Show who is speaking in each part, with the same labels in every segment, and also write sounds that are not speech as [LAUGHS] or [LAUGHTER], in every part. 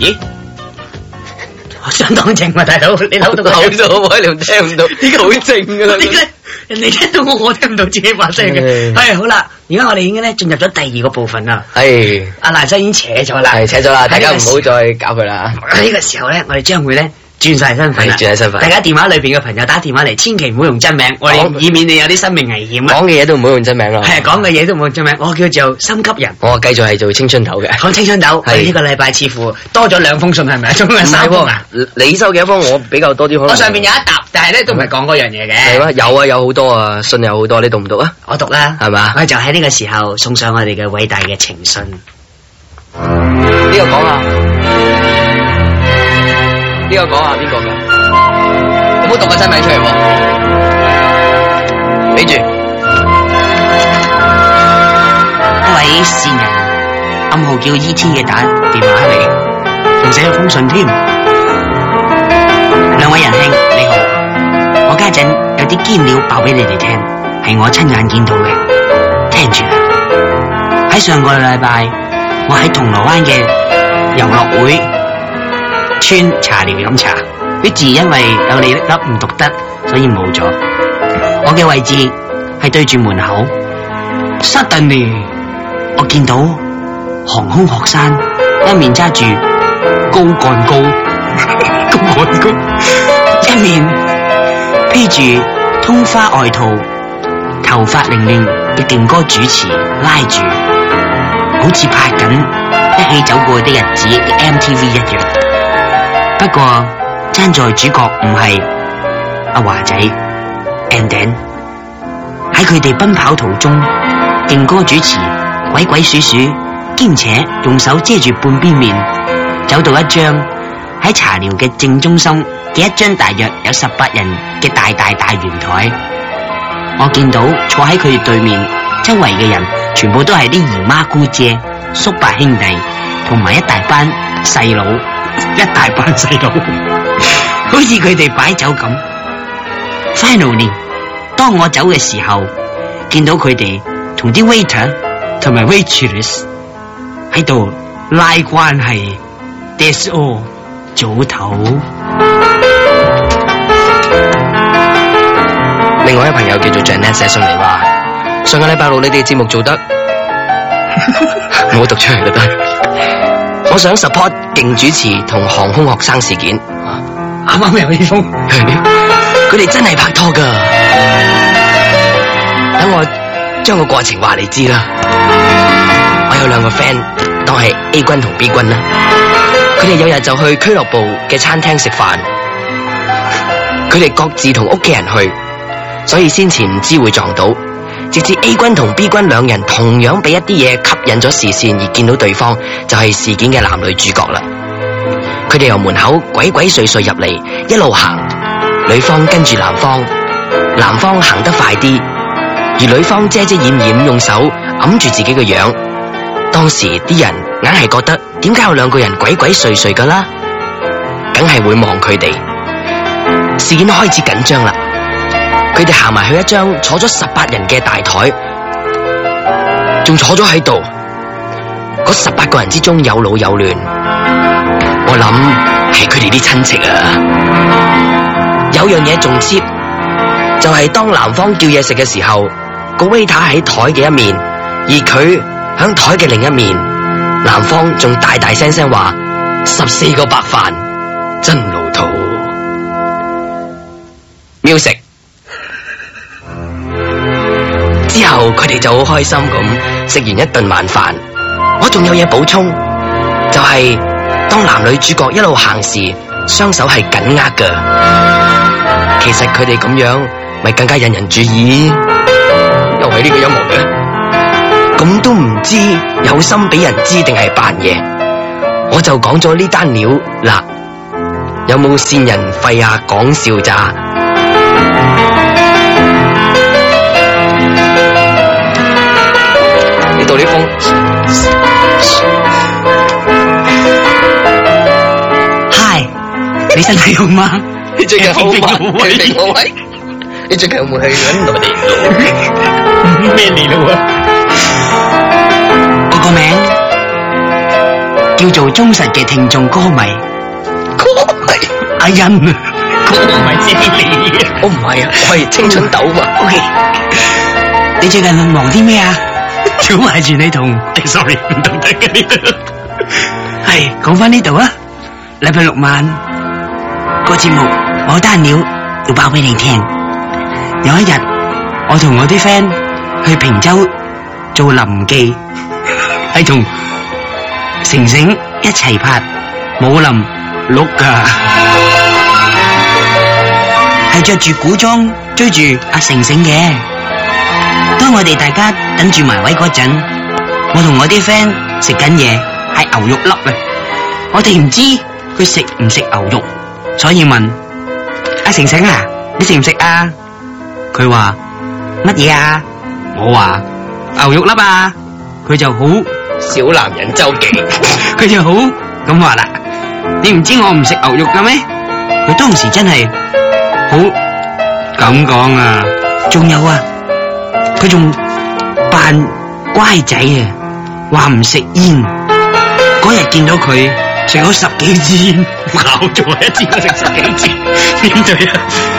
Speaker 1: 咦？
Speaker 2: 相當靜啊，大
Speaker 1: [LAUGHS]
Speaker 2: 佬，你扭到個口
Speaker 1: 口度開你聽唔到，呢個好靜 [LAUGHS] 噶啦。
Speaker 2: 點解啊人哋聽到我，我聽唔到自己把聲嘅？
Speaker 1: 嗯
Speaker 2: 係好啦，而家我哋已經咧進入咗第二個部分啦。
Speaker 1: 係
Speaker 2: 阿蘭生已經扯咗啦，
Speaker 1: 係扯咗啦，大家唔好
Speaker 2: 喺呢
Speaker 1: 再搞佢啦。
Speaker 2: 個時。喺呢個時候咧，我哋將會咧轉晒身份啦，
Speaker 1: 係轉晒身份
Speaker 2: 大家電話裏邊嘅朋友打電話嚟，千祈唔好用真名，我哋
Speaker 1: 講
Speaker 2: 以免你有啲生命危險啊。
Speaker 1: 講嘅嘢都唔好用真名啦。
Speaker 2: 係講嘅嘢都冇用真名，我叫做心急人。
Speaker 1: 我繼續係做青春頭嘅。
Speaker 2: 講青春豆，
Speaker 1: 係
Speaker 2: 喂呢個禮拜似乎多咗兩封信，係咪啊？總共
Speaker 1: 唔
Speaker 2: 有
Speaker 1: 係
Speaker 2: [LAUGHS] 三封啊！
Speaker 1: 喎，你收幾多封？我比較多啲可能。
Speaker 2: 我上面有一沓，但係咧都唔係講嗰樣嘢
Speaker 1: 係
Speaker 2: 嘅。
Speaker 1: 咩？有啊，有好多啊，信有好多，你讀唔讀啊？
Speaker 2: 我讀啦，
Speaker 1: 係嘛
Speaker 2: 我就喺呢個時候送上我哋嘅偉大嘅情信。
Speaker 1: 呢個講下，呢個講下邊個㗎？有冇讀個真名出嚟喎？俾住，
Speaker 2: 一位善人，暗號叫 E.T. 嘅打電話嚟，仲寫咗封信添。兩位仁兄，你好，我家陣有啲堅料爆俾你哋聽，係我親眼見到嘅，聽住啦。喺上個禮拜，我喺銅鑼灣嘅遊樂會村茶寮飲茶，啲字因為有你粒唔讀得，所以冇咗。我嘅位置係對住門口。Suddenly，我見到航空學生一面揸住高幹高， [LAUGHS] 高幹高，一面披住通花外套、頭髮凌亂嘅勁歌主持拉住，好似拍緊一起走過的日子嘅 MTV 一樣。不過爭在主角唔係阿華仔 and then。喺佢哋奔跑途中，勁歌主持鬼鬼祟祟，兼且用手遮住半邊面，走到一張喺茶寮嘅正中心嘅一張大約有十八人嘅大大大圓台。我見到坐喺佢哋對面，周圍嘅人全部都係啲姨媽姑姐、叔伯兄弟，同埋一大班細佬，一大班細佬， [LAUGHS] 好似佢哋擺酒咁。Finally。当我走嘅时候，见到佢哋同啲 waiter 同埋 waitress 喺度拉关系，that's all，早唞。
Speaker 1: 另外一位朋友叫做 Janet 寫信嚟話：上個禮拜六你哋節目
Speaker 2: [LAUGHS]
Speaker 1: 做得，我讀出嚟就得。我想 support 勁主持同航空學生事件。
Speaker 2: 啱啱有呢封，
Speaker 1: 佢哋真係拍拖噶。等我將個過程話你知啦。我有兩個 friend，當係 A 君同 B 君啦。佢哋有日就去俱樂部嘅餐廳食飯，佢哋各自同屋企人去，所以先前唔知會撞到。直至 A 君同 B 君兩人同樣俾一啲嘢吸引咗視線，而見到對方就係事件嘅男女主角啦。佢哋由門口鬼鬼祟祟入嚟，一路行，女方跟住男方，男方行得快啲，而女方遮遮掩掩用手揞住自己嘅樣。當時啲人硬係覺得點解有兩個人鬼鬼祟祟噶啦，梗係會望佢哋。事件開始緊張啦，佢哋行埋去一張坐咗十八人嘅大台，仲坐咗喺度。嗰十八個人之中有老有嫩。我諗係佢哋啲親戚啊。有樣嘢仲 cheap，就係當男方叫嘢食嘅時候，個 waiter 喺台嘅一面，而佢響台嘅另一面，男方仲大大聲聲話十四個白飯真老土。music 之後佢哋就好開心咁食完一頓晚飯。我仲有嘢補充。就係當男女主角一路行時，雙手係緊握嘅。其實佢哋咁樣咪更加引人注意。又係呢個音樂嘅，咁都唔知有心俾人知定係扮嘢。我就講咗呢單料啦，有冇善人費呀講笑咋？呢度呢封
Speaker 2: Hi，你身體好嗎？
Speaker 1: 你最近好
Speaker 2: 你
Speaker 1: 嘛？
Speaker 2: 定位
Speaker 1: 你定我位？你最近有冇去緊內地？
Speaker 2: 咩嚟咯？我個名叫做忠實嘅聽眾歌迷
Speaker 1: 歌迷，
Speaker 2: 阿欣啊，歌迷即係你啊。
Speaker 1: 我唔係啊，我係青春痘嘛。
Speaker 2: O K，你最近忙啲咩 [LAUGHS] 啊？早埋住你同 [LAUGHS] ，sorry 唔同得嘅呢度。系講翻呢度啊，禮拜六晚個節目我單料要爆俾你聽。有一日，我同我啲 friend 去平洲做臨記，係同成成一齊拍武林六啊噶。系着住古裝追住阿成成嘅。當我哋大家等住埋位嗰陣，我同我啲 friend 食緊嘢，係牛肉粒啊！我哋唔知佢食唔食牛肉，所以問阿成成啊，你食唔食啊？佢話乜嘢啊？我話牛肉粒啊！佢就好，
Speaker 1: 小男人周記，
Speaker 2: 佢就好咁話啦。你唔知我唔食牛肉嘅咩？佢當時真係好咁講啊！仲有啊，佢仲扮乖仔啊，話唔食煙。嗰日見到佢食咗十幾支煙，咬咗一支，食十幾支，點對啊？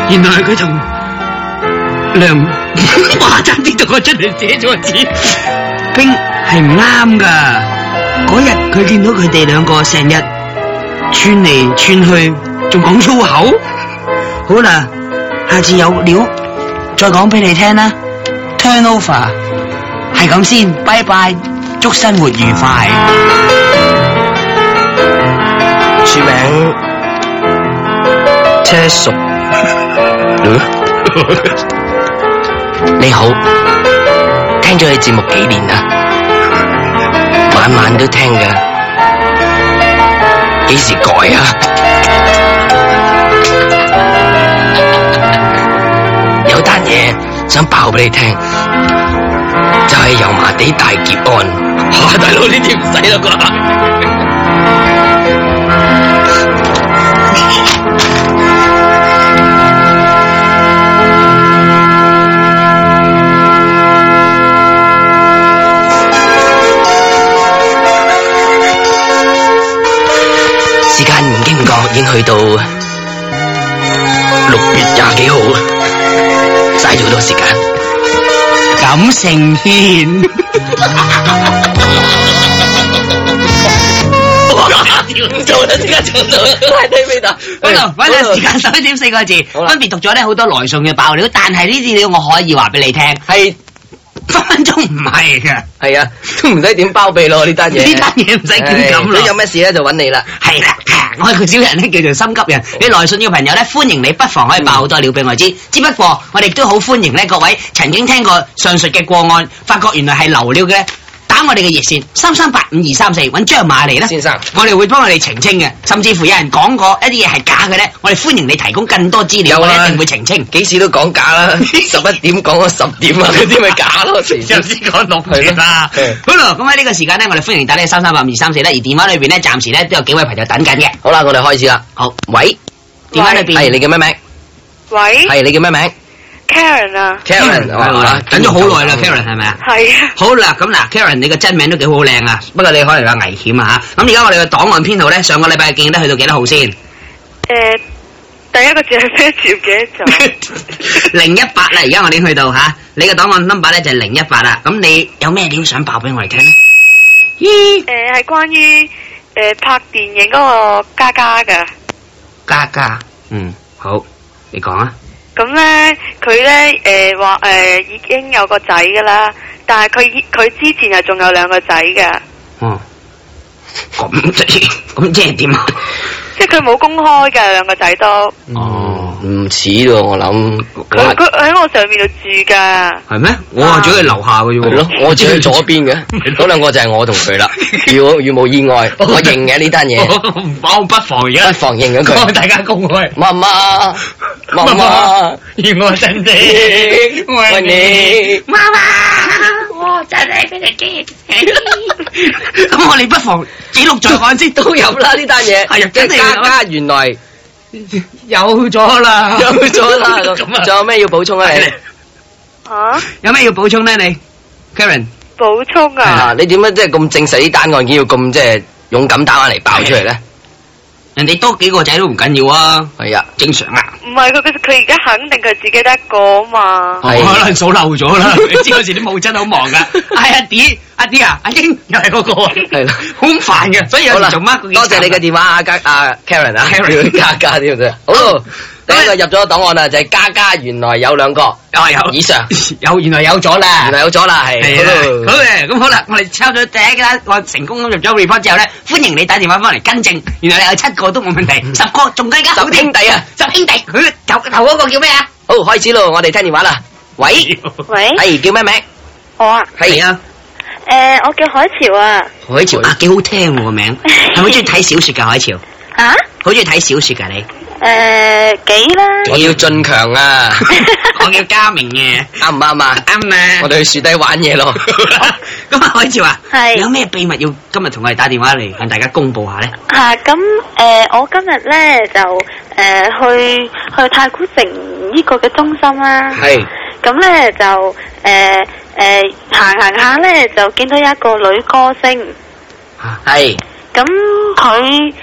Speaker 2: 原來佢同梁 [LAUGHS] 哇！爭啲到我真係寫咗個字，冰係唔啱噶。嗰日佢見到佢哋兩個成日串嚟串去，仲講粗口。好啦，下次有料再講俾你聽啦。Turnover 係咁先，拜拜，祝生活愉快。
Speaker 1: 署名車淑。你好，聽咗你節目幾年啦，晚晚都聽
Speaker 2: à,
Speaker 1: 噶，幾時改啊？有單嘢想爆俾你聽，就係、油麻地大劫案。哇，大佬呢啲唔使啦啩？時間唔經唔覺已經去到六月廿幾號，嘥咗好多時間。
Speaker 2: 感情 [LAUGHS] 獻。
Speaker 1: 做啦，即刻做到啦，快啲俾打。
Speaker 2: 嗰度揾陣時間十一點四個字，
Speaker 1: 哎嗯好啦
Speaker 2: 分別讀咗咧好多來信嘅爆料，但係呢啲料我可以話俾你聽， [LAUGHS]
Speaker 1: 係
Speaker 2: 分分鐘唔係嘅，
Speaker 1: 係啊，都唔使點包庇咯呢單嘢。
Speaker 2: 呢單嘢唔使點咁
Speaker 1: 唉如果有
Speaker 2: 咯。
Speaker 1: 咩事咧就揾哎你啦。
Speaker 2: 係啦， [LAUGHS] 我係個小人咧，叫做心急
Speaker 1: 哦
Speaker 2: 人。你來信嘅朋友咧，歡迎你，不妨可以爆好多料俾我知。只不過我哋都好歡迎呢各位曾經聽過上述嘅個案，發覺原來係流料嘅咧，打我哋嘅熱線三三八五二三四，揾張馬嚟啦。
Speaker 1: 先生
Speaker 2: 我哋會幫你澄清嘅，甚至乎有人講過一啲嘢係假嘅咧，我哋歡迎你提供更多資料，
Speaker 1: 有
Speaker 2: 我
Speaker 1: 啊
Speaker 2: 哋一定會澄清。
Speaker 1: 幾時都講假
Speaker 2: [LAUGHS]
Speaker 1: 啦，十一點講咗十點啊，嗰啲咪假咯，成
Speaker 2: 又先講六月啦。 [LAUGHS]
Speaker 1: 係
Speaker 2: 好啦，咁喺呢個時間咧，我哋歡迎打呢三三八二三四咧，而電話裏邊咧，暫時咧都有幾位朋友等緊嘅。
Speaker 1: 好啦，我哋開始啦。
Speaker 2: 好，
Speaker 1: 喂，
Speaker 2: 電話裏邊
Speaker 1: 係你叫咩名？
Speaker 3: 喂
Speaker 1: 係你叫咩名
Speaker 3: ，Karen 啊，
Speaker 1: ？Karen，
Speaker 2: 係啦等咗好耐啦，Karen 係咪啊？[LAUGHS]
Speaker 3: 系啊，
Speaker 2: 好啦，咁嗱，Karen 你個真名都幾好靚啊，不過你可能有危險啊嚇。咁而家我哋嘅檔案編號咧，上個禮拜記得去到幾多號先？
Speaker 3: 诶、呃第一個字係咩字唔記得
Speaker 2: [LAUGHS] [LAUGHS]
Speaker 3: 咗？
Speaker 2: 零一八啦，而家我哋已經去到嚇，你嘅檔案 number 咧就係零一八啦。咁你有咩料想爆俾我哋聽咧？咦，
Speaker 3: 诶、係關於诶、呃拍電影嗰個嘉嘉噶，
Speaker 2: 嘉嘉，嗯，好，你講啊。
Speaker 3: 咁咧佢咧诶话诶已經有個仔噶啦，但係佢佢之前係仲有兩個仔噶，
Speaker 2: 哦，咁即係咁即係點啊？
Speaker 3: 即係佢冇公開噶兩個仔都，
Speaker 1: Ừ.
Speaker 2: Ờ.
Speaker 1: 哦，唔似喎，我諗。
Speaker 3: 佢佢喺我上面度住噶，
Speaker 2: 係咩？我話咗佢樓下嘅啫
Speaker 1: 系咯
Speaker 2: 喎，，
Speaker 1: 我住喺左邊嘅，
Speaker 2: 係咯哦
Speaker 1: 嗰兩個就係我同
Speaker 2: [LAUGHS]
Speaker 1: 佢啦。如果如無意外，我認嘅呢單嘢，
Speaker 2: 我我不妨而
Speaker 1: 不妨認咗佢。
Speaker 2: 大家公開。
Speaker 1: 媽媽，媽媽，
Speaker 2: 而我真的
Speaker 1: 愛你
Speaker 2: 媽媽，我真係俾你驚。咁我哋不妨記錄在案先，
Speaker 1: 都有啦呢單
Speaker 2: [LAUGHS] 係
Speaker 1: 嘢。
Speaker 2: 啊
Speaker 1: 即
Speaker 2: 真
Speaker 1: 係
Speaker 2: 係
Speaker 1: 家
Speaker 2: 有
Speaker 1: 家原來
Speaker 2: 有咗啦，
Speaker 1: 有咗 [LAUGHS] 啦。
Speaker 2: 啊 [LAUGHS] 咁啊
Speaker 1: 咁仲有咩要補充啊？你
Speaker 3: 啊，
Speaker 2: 有咩要補充咧？你 Karen
Speaker 3: 補充啊，
Speaker 1: 啊，你點解即係咁證實呢單案件要咁即係勇敢打翻嚟爆出嚟咧？
Speaker 2: 人哋多幾個仔都唔緊要啊，
Speaker 1: 係啊，
Speaker 2: 正常啊。
Speaker 3: 唔係佢佢佢而家肯定佢自己得一個啊
Speaker 2: [LAUGHS]
Speaker 3: 嘛。
Speaker 1: 係
Speaker 2: 可能數漏咗啦，你知嗰時啲母親好忙噶。哎阿啲阿啲啊，阿英又係嗰個啊，
Speaker 1: 係啦
Speaker 2: 好煩嘅，所以有
Speaker 1: 好啦，
Speaker 2: 時做乜嗰幾
Speaker 1: 多謝你嘅電話啊，家啊 à, Karen 啊 [LAUGHS]
Speaker 2: Karen
Speaker 1: 家家添啫。好，第一個入咗檔案啦，就係家家原來有兩個
Speaker 2: 啊有
Speaker 1: 以上，
Speaker 2: [LAUGHS] 有原來有咗啦
Speaker 1: 原。來有咗啦，係
Speaker 2: 係啦
Speaker 1: 好
Speaker 2: 好嘅，咁好啦，我哋抽咗第一單，我成功咁入咗 report 之後咧，歡迎你打電話翻嚟更正，原來你有七個都冇問題，十個仲更加好
Speaker 1: 十兄
Speaker 2: 添，
Speaker 1: 弟啊，
Speaker 2: 十兄弟，佢頭頭嗰個叫咩啊？
Speaker 1: 好開始咯，我哋聽電話啦。喂，
Speaker 3: 喂，
Speaker 1: 係叫咩名？
Speaker 3: 我啊，
Speaker 1: 係
Speaker 2: 啊，
Speaker 3: 诶、我叫海潮啊，
Speaker 2: 海潮啊，幾好聽喎個名，係咪中意睇小説㗎？海潮，
Speaker 3: 啊，
Speaker 2: 好中意睇小説㗎你？
Speaker 3: 诶、幾啦？
Speaker 1: 我要進強啊，
Speaker 2: [LAUGHS] 我叫嘉明嘅，
Speaker 1: 啱唔啱啊？
Speaker 2: 啱啊。 [LAUGHS]
Speaker 1: 我哋去樹底玩嘢咯。
Speaker 2: 咁啊，海潮啊，
Speaker 3: 係
Speaker 2: 有咩秘密要今日同我哋打電話嚟向大家公佈下咧？？
Speaker 3: 啊，咁诶、我今日咧就诶、去去太古城呢個嘅中心啦、
Speaker 1: 係
Speaker 3: 咁咧就诶诶行行下咧就見到有一個女歌星，
Speaker 1: 係
Speaker 3: 咁佢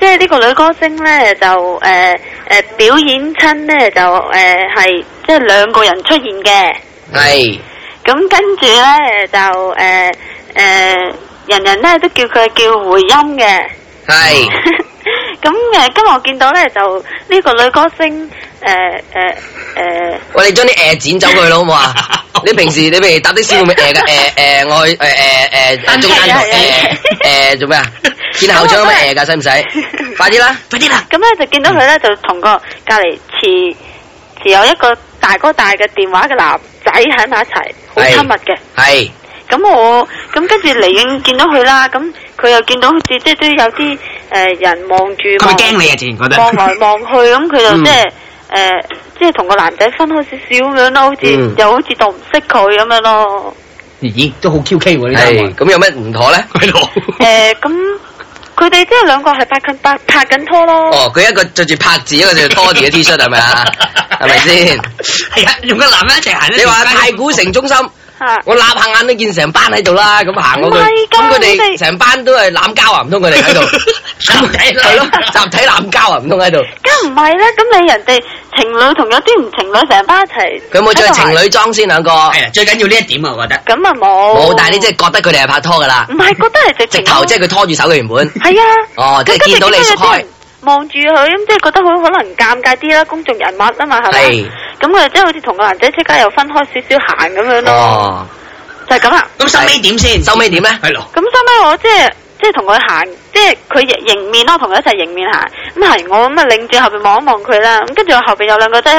Speaker 3: 即係呢個女歌星咧就诶诶、誒表演親咧就诶係、即係兩個人出現嘅，
Speaker 1: 係
Speaker 3: 咁跟住咧就诶诶、誒人人咧都叫佢叫回音 [LAUGHS] 嘅。
Speaker 1: 係
Speaker 3: 咁誒，今日我見到咧就呢個女歌星誒誒誒
Speaker 1: 我哋將啲誒剪走佢咯，好唔好啊你平時你譬如搭的士會唔會誒嘅誒誒，我去誒誒誒中間
Speaker 3: 係係
Speaker 1: 台誒誒做咩啊？見校長咁樣誒㗎，使唔使？快啲啦！
Speaker 2: 快啲啦！
Speaker 3: 咁咧就見到佢咧就同個隔離持持有一個大哥大嘅電話嘅男仔喺埋一齊，好親密嘅。
Speaker 1: 係
Speaker 3: 咁我咁跟住離遠見到佢啦，咁佢又見到好似即係都有啲誒、呃人望住
Speaker 2: 佢咪
Speaker 3: 望
Speaker 2: 驚你啊？自然覺得
Speaker 3: 望
Speaker 2: [LAUGHS]
Speaker 3: 來望去，咁佢就
Speaker 1: 嗯
Speaker 3: 即係誒即係同個男仔分開少少咁樣咯，好似、
Speaker 1: 嗯
Speaker 3: 又好似當唔識佢咁樣咯。
Speaker 2: 咦，都好 QK 喎呢單
Speaker 1: 係，
Speaker 2: 案
Speaker 1: 咁有乜唔妥咧？
Speaker 2: 喺度。
Speaker 3: 诶，咁佢哋即系两个系拍緊拍拍紧拖咯。
Speaker 1: 哦，佢一個着住拍字，一個着住拖字嘅 T 恤
Speaker 2: [LAUGHS]
Speaker 1: 係咪啊？係咪先？
Speaker 2: 係啊，用個男人一齊行咧。
Speaker 1: 你話太古城中心，
Speaker 3: 吓，
Speaker 1: 我立下眼都見成班喺度啦，咁行過
Speaker 3: 唔
Speaker 1: 去，
Speaker 3: 係㗎
Speaker 1: 咁佢
Speaker 3: 我哋
Speaker 1: 哋成班都係攬交啊，唔通佢哋喺度？
Speaker 2: 集體
Speaker 1: 係咯， [LAUGHS] 集體攬交啊，唔通喺度？
Speaker 3: 梗唔系啦，咁你人哋情侣同有啲唔情侣成班一齐，
Speaker 1: 佢有冇着情？侶裝先兩個？
Speaker 2: 係啊，最緊要呢一點啊，我覺得。
Speaker 3: 咁啊冇。
Speaker 1: 冇，但係你即係覺得佢哋係拍拖噶啦，
Speaker 3: 唔系觉得系直
Speaker 1: 直
Speaker 3: 情
Speaker 1: 頭即係佢拖住手嘅原 [LAUGHS] 本。
Speaker 3: 系啊。
Speaker 1: 哦，即係見到你縮開，。
Speaker 3: 望住佢，咁即係覺得佢可能尷尬啲啦，公眾人物啊嘛，係咪
Speaker 1: 係？
Speaker 3: 咁佢即係好似同個男仔即刻又分開少少行咁樣咯，
Speaker 1: 哦，
Speaker 3: 就係咁啦。
Speaker 2: 咁收尾點先？
Speaker 1: 收尾點咧？
Speaker 2: 係咯。
Speaker 3: 咁收尾我即係即係同佢行，即係佢迎面咯，同佢一齊迎面行。咁行完我咁啊，擰住後邊望一望佢啦。咁跟住我後邊有兩個仔，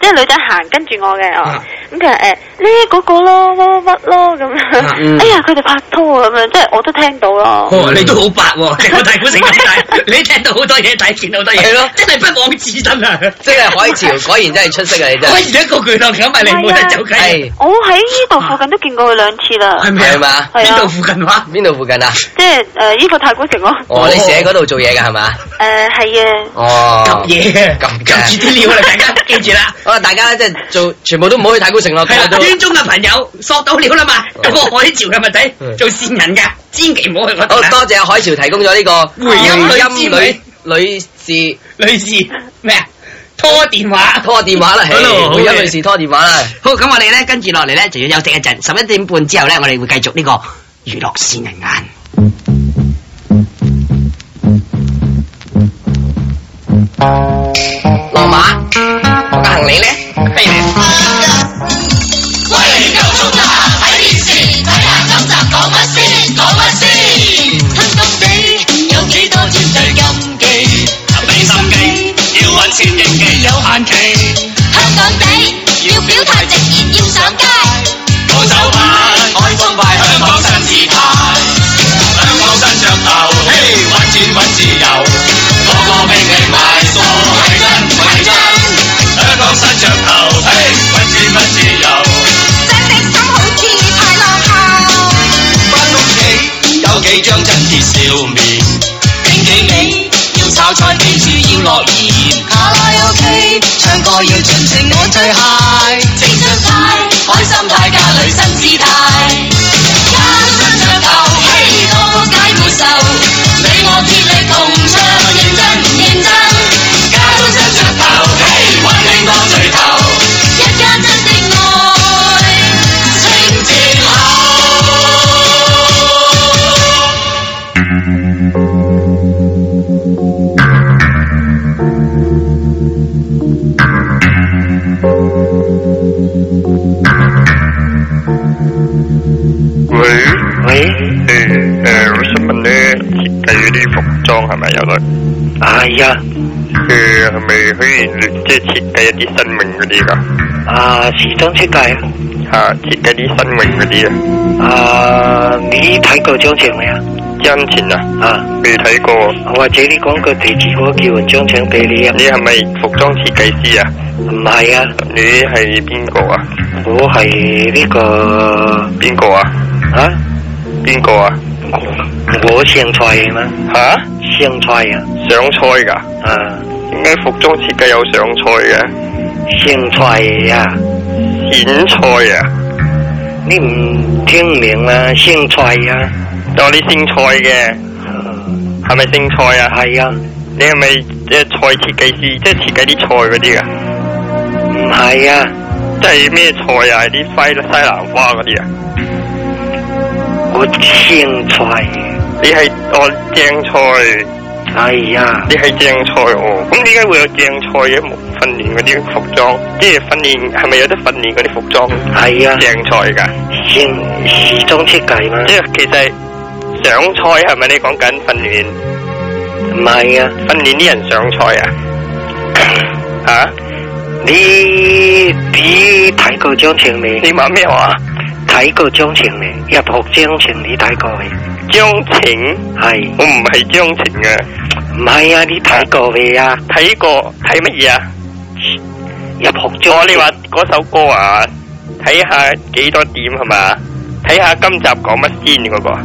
Speaker 3: 即係女仔行跟住我嘅。哦
Speaker 2: 啊
Speaker 3: 咁佢話誒呢嗰個咯，乜乜乜咯咁
Speaker 2: 啊
Speaker 1: 嗯
Speaker 3: 樣。哎呀，佢哋拍拖啊咁樣，即係我都聽到咯。
Speaker 2: 哦，你都好白喎，你個太古城咁大，你聽到好多嘢，睇見好多嘢，
Speaker 1: 係咯
Speaker 2: 真係不枉此生啊！
Speaker 1: 即係海潮，果然真係出色啊！你
Speaker 2: [LAUGHS]
Speaker 1: 真
Speaker 2: 可
Speaker 1: 係
Speaker 2: 以一個巨浪咁埋你冇得走雞，
Speaker 1: 係
Speaker 3: 啊我喺呢度附近都見過佢兩次啦，
Speaker 2: 係咪啊
Speaker 1: 係嘛
Speaker 2: 邊度附近話？
Speaker 1: 邊度附近啊？
Speaker 3: 即係誒呢個太古城咯。
Speaker 1: 哦，你寫嗰度做嘢㗎係嘛？
Speaker 3: 誒係啊，
Speaker 1: 哦，
Speaker 2: 及嘢嘅，
Speaker 1: 咁嘅
Speaker 2: 及住啲料啦，大家記住啦。
Speaker 1: 好啦，大家即係做，全部都唔好去太古城咯，
Speaker 2: 係啦，
Speaker 1: 個個都
Speaker 2: 圈中嘅朋友索到料啦嘛，
Speaker 1: 哦
Speaker 2: 到個海潮嘅物仔
Speaker 1: 嗯
Speaker 2: 做善人㗎，千祈唔好去嗰度
Speaker 1: 好
Speaker 2: 啦。
Speaker 1: 多謝海潮提供咗呢個
Speaker 2: 回音女
Speaker 1: 回
Speaker 2: 之
Speaker 1: 女
Speaker 2: 美
Speaker 1: 女士
Speaker 2: 女士咩啊？拖電話，
Speaker 1: 拖電話啦，嘿
Speaker 2: 好好
Speaker 1: 回
Speaker 2: 嘅
Speaker 1: 音女士拖電話啦，
Speaker 2: 好，咁我哋咧跟住落嚟咧就要休息一陣，十一點半之後咧我哋會繼續呢個娛樂善人眼。
Speaker 1: 羅馬，我嘅行李咧？
Speaker 2: 係啊
Speaker 4: 喂，夠鐘啦！睇電視，睇下今集講乜先？講乜先？香港地有幾多絕對禁忌？
Speaker 5: 俾心機，要揾錢應記有限期，
Speaker 4: 香港地要表態直言要上街，
Speaker 5: 高手派，開風派，香港新姿態，香港新噱頭，嘿，揾錢揾自由，個個俾你買數，係真係真，香港新噱頭，嘿，揾錢揾自由。
Speaker 4: 將你心好似太落後。
Speaker 5: 翻屋企有幾張真鐵笑面，經紀你要炒菜記住要落鹽。卡拉 OK 唱歌要盡情我最 high，青春派開心派嫁女新姿態，加新上頭，嘿，個個解悶愁，你
Speaker 6: 例如啲服裝係咪有得？
Speaker 7: 哎呀，
Speaker 6: 佢係咪可以即係設計一啲新穎嗰啲㗎？
Speaker 7: 啊，時裝設計
Speaker 6: 啊，設計啲新穎嗰啲啊！
Speaker 7: 啊，啊，你睇過張相未啊？
Speaker 6: 張前啊，
Speaker 7: 啊，
Speaker 6: 未睇過。
Speaker 7: 或者你講個地址，我叫人張相俾你啊
Speaker 6: 你。係咪服裝設計師啊？
Speaker 7: 唔係啊，
Speaker 6: 你係邊個啊？
Speaker 7: 我係呢、個
Speaker 6: 邊個啊？
Speaker 7: 啊，
Speaker 6: 邊個啊？
Speaker 7: 我我上菜嘅嘛，
Speaker 6: 吓、
Speaker 7: 上菜啊，
Speaker 6: 上菜㗎？
Speaker 7: 啊，
Speaker 6: 點解服裝設計有上菜嘅？
Speaker 7: 上菜啊，
Speaker 6: 苋菜啊？
Speaker 7: 你唔聽唔明啊，上菜啊，
Speaker 6: 有啲哦姓蔡嘅，係咪姓蔡啊？
Speaker 7: 係啊，
Speaker 6: 你係咪即係菜設計師，即係設計啲菜嗰啲㗎？
Speaker 7: 唔係啊，
Speaker 6: 即係咩菜啊？係啲西西蘭花嗰啲啊？
Speaker 7: 我上菜，啊
Speaker 6: 你係哦正菜，
Speaker 7: 哎呀，
Speaker 6: 你係正菜哦。咁點解會有正菜嘅冇訓練嗰啲服裝？即係訓練係咪有得訓練嗰啲服裝
Speaker 7: 係啊，
Speaker 6: 正菜㗎？
Speaker 7: 上時裝設計嘛，
Speaker 6: 即係其實係上菜係咪你講緊訓練？
Speaker 7: 唔係啊，
Speaker 6: 訓練啲人上菜啊？吓、
Speaker 7: 你你睇過張相未？
Speaker 6: 你話咩話？
Speaker 7: 睇過張相未？入學張相你睇過未？
Speaker 6: 張晴，
Speaker 7: 係
Speaker 6: 我唔係張晴嘅，
Speaker 7: 唔係啊？你睇過未啊？
Speaker 6: 睇過睇乜嘢啊？
Speaker 7: 入學張
Speaker 6: 我你話嗰首歌啊，睇下幾多點係嘛？睇下今集講乜先嗰、個啊？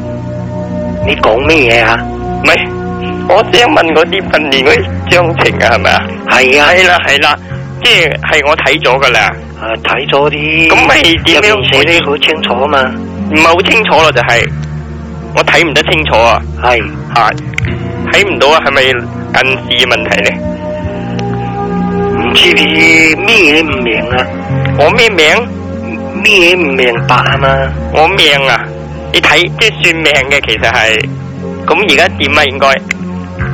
Speaker 7: 你講咩嘢啊？
Speaker 6: 唔係，我想問嗰啲訓練嗰啲張晴啊，係咪啊？
Speaker 7: 係啊，
Speaker 6: 係啦係啦，即係係我睇咗噶啦，
Speaker 7: 啊睇咗啲，
Speaker 6: 咁咪點樣
Speaker 7: 入面寫得好清楚啊嘛，
Speaker 6: 唔係好清楚咯，就係、我睇唔得清楚啊，
Speaker 7: 係
Speaker 6: 吓睇唔到啊，係咪近視嘅問題咧？
Speaker 7: 唔知你咩唔明啊？
Speaker 6: 我咩名？
Speaker 7: 咩唔明白啊嘛？
Speaker 6: 我命啊！你睇即係算命嘅，其實係咁而家點啊？應該唔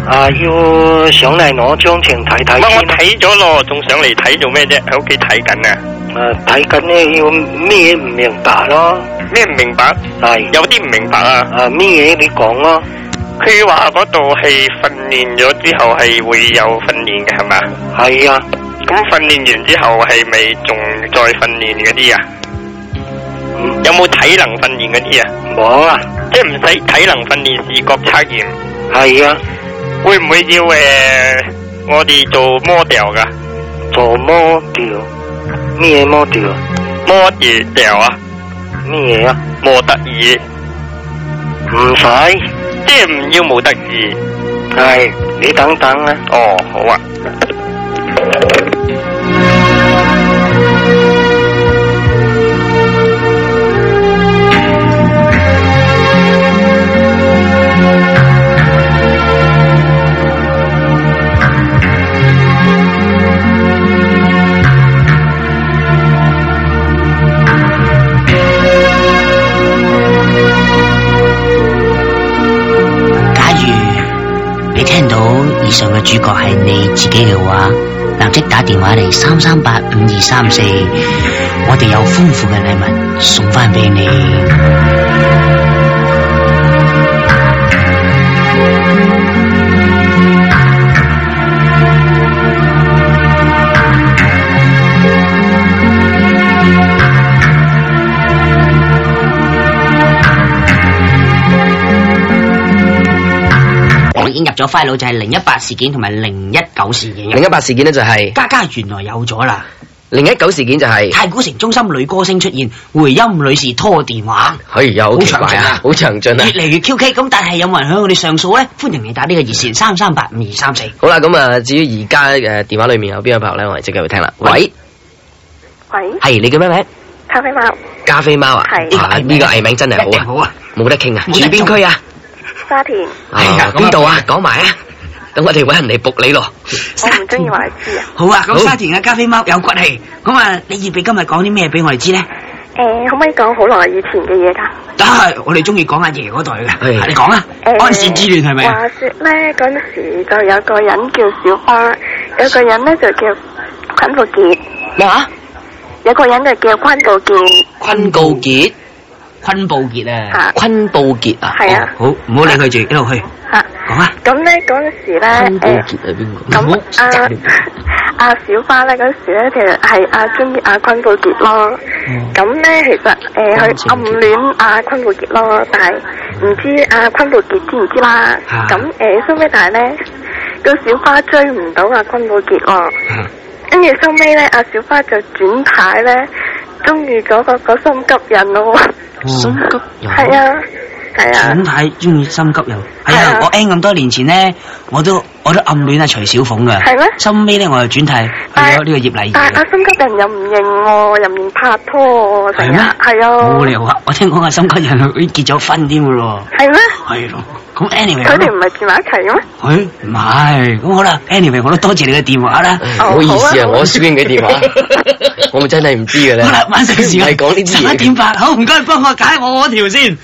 Speaker 7: 啊要上嚟攞張情睇睇
Speaker 6: 係我
Speaker 7: 先啊
Speaker 6: 睇咗咯，仲上嚟睇做咩啫？喺屋企睇緊啊！
Speaker 7: 啊睇緊咧要咩唔明白咯，
Speaker 6: 咩唔明白？
Speaker 7: 係
Speaker 6: 有啲唔明白啊！
Speaker 7: 啊咩嘢你講咯，
Speaker 6: 佢話嗰度係訓練咗之後係會有訓練嘅係嘛？
Speaker 7: 係啊
Speaker 6: 咁訓練完之後係咪仲再訓練嗰啲啊？
Speaker 7: 嗯
Speaker 6: 有冇體能訓練嗰啲啊？
Speaker 7: 冇啊
Speaker 6: 即係唔使體能訓練視覺測驗，
Speaker 7: 係啊
Speaker 6: 會唔會要誒、呃我哋做 model 噶
Speaker 7: 做 model 咩 model
Speaker 6: ？model 啊？
Speaker 7: 咩嘢啊？
Speaker 6: 模特兒，
Speaker 7: 唔使
Speaker 6: 即係唔要模特兒。
Speaker 7: 係你等等啊。
Speaker 6: 哦，好啊。
Speaker 2: 假如你聽到以上嘅主角係你自己嘅話，立即打電話嚟三三八五二三四，我哋有豐富嘅禮物送翻俾你。我已經入咗 file 就係零一八事件同埋零一九事件嘅。
Speaker 1: 零一八事件呢就係、
Speaker 2: 家家原來有咗啦！
Speaker 1: 零一九事件就係、
Speaker 2: 太古城中心女歌星出現，回音女士拖電話。
Speaker 1: 哎呀，好奇怪啊，
Speaker 2: 好
Speaker 1: 好詳盡啊
Speaker 2: 越！嚟越 QK，咁但係有冇人向我哋上訴咧？歡迎你打呢個熱線三三八五二三四。
Speaker 1: 好啦，咁啊，至於而家誒電話裏面有邊位朋友咧，我哋即刻去聽啦。喂，
Speaker 3: 喂，
Speaker 1: 係你叫咩名？
Speaker 3: 咖啡貓
Speaker 1: 加菲貓啊？
Speaker 3: 係
Speaker 1: 啊呢個藝名真係
Speaker 2: 一定 [LAUGHS]
Speaker 1: 好啊，
Speaker 2: 好啊！
Speaker 1: 冇得傾啊！住
Speaker 2: 冇得
Speaker 1: 邊區啊？
Speaker 3: 沙田，
Speaker 2: 係啊
Speaker 1: 啊
Speaker 2: 咁啊
Speaker 1: 邊度啊？講埋啊！等我哋揾人嚟仆你咯。
Speaker 3: 我唔中意話你知啊。
Speaker 2: 好啊，咁
Speaker 1: 好
Speaker 2: 沙田嘅咖啡貓有骨氣，咁啊，你預備今日講啲咩俾我哋知咧？
Speaker 3: 诶、可唔可以講好耐以前嘅嘢㗎？
Speaker 2: 得，我哋中意講阿爺嗰代
Speaker 1: 係
Speaker 2: 嘅，你講啦。
Speaker 3: 誒
Speaker 2: 安史之亂係咪啊？
Speaker 3: 話說咧，嗰陣時就有個人叫小花，有個人咧就叫昆布傑，
Speaker 1: 咩話？
Speaker 3: 有個人就叫昆布傑，
Speaker 1: 昆告傑，
Speaker 2: 昆布傑啊，
Speaker 3: 嚇
Speaker 1: 昆布傑啊？
Speaker 3: 係啊
Speaker 2: 好，唔好理佢住，一路去。
Speaker 3: 嚇。
Speaker 2: 講啊，
Speaker 8: 咁咧嗰陣時咧，誒、
Speaker 1: 杰係邊個？
Speaker 8: 咁啊阿小花咧嗰陣時咧，其實係阿中意阿坤寶傑咯。
Speaker 3: Ừ.
Speaker 8: 咁咧其實誒佢暗戀阿坤寶傑咯，但係唔知阿坤寶傑知唔知啦
Speaker 2: 啊。
Speaker 8: 咁誒收尾但係咧個小花追唔到阿坤寶傑喎，跟住收尾咧阿小花就轉牌咧中意咗個個心急人咯喎。
Speaker 1: 心急
Speaker 8: 係
Speaker 3: à?
Speaker 8: 啊，係啊
Speaker 2: 咁，睇中意心急人，係
Speaker 8: 係
Speaker 2: 啊
Speaker 8: 啊！
Speaker 2: 我 N 咁多年前咧，我都我都暗戀阿徐小鳳噶，
Speaker 8: 係咩
Speaker 2: 收尾咧我又轉睇去
Speaker 3: À,
Speaker 8: 但
Speaker 2: 咗
Speaker 8: 係
Speaker 2: 呢個葉麗儀
Speaker 8: 但係
Speaker 2: 啦
Speaker 8: 阿。心急人又唔認喎，又唔認拍拖喎，
Speaker 2: 係
Speaker 8: 成
Speaker 2: 咩
Speaker 8: 日
Speaker 3: à?
Speaker 8: 係啊
Speaker 2: 冇，理由啊！我聽講阿心急人佢結咗婚添噶咯，
Speaker 8: 係咩？
Speaker 2: 係咯。咁 anyway，
Speaker 8: 佢哋唔係住埋一齊嘅咩？
Speaker 2: 佢唔係咁好啦。anyway，我都多謝你嘅電話啦。
Speaker 1: 唔好意思啊，
Speaker 8: 哦好啊
Speaker 1: 我小英嘅電話，我真係唔知嘅咧。
Speaker 2: 好啦，晚上時
Speaker 1: [LAUGHS] 唔係
Speaker 2: 間
Speaker 1: 講呢
Speaker 2: 十
Speaker 1: 啲
Speaker 2: 一 [LAUGHS] 點
Speaker 1: 嘢。
Speaker 2: 八，好唔該，幫我解我嗰條 [LAUGHS] 先。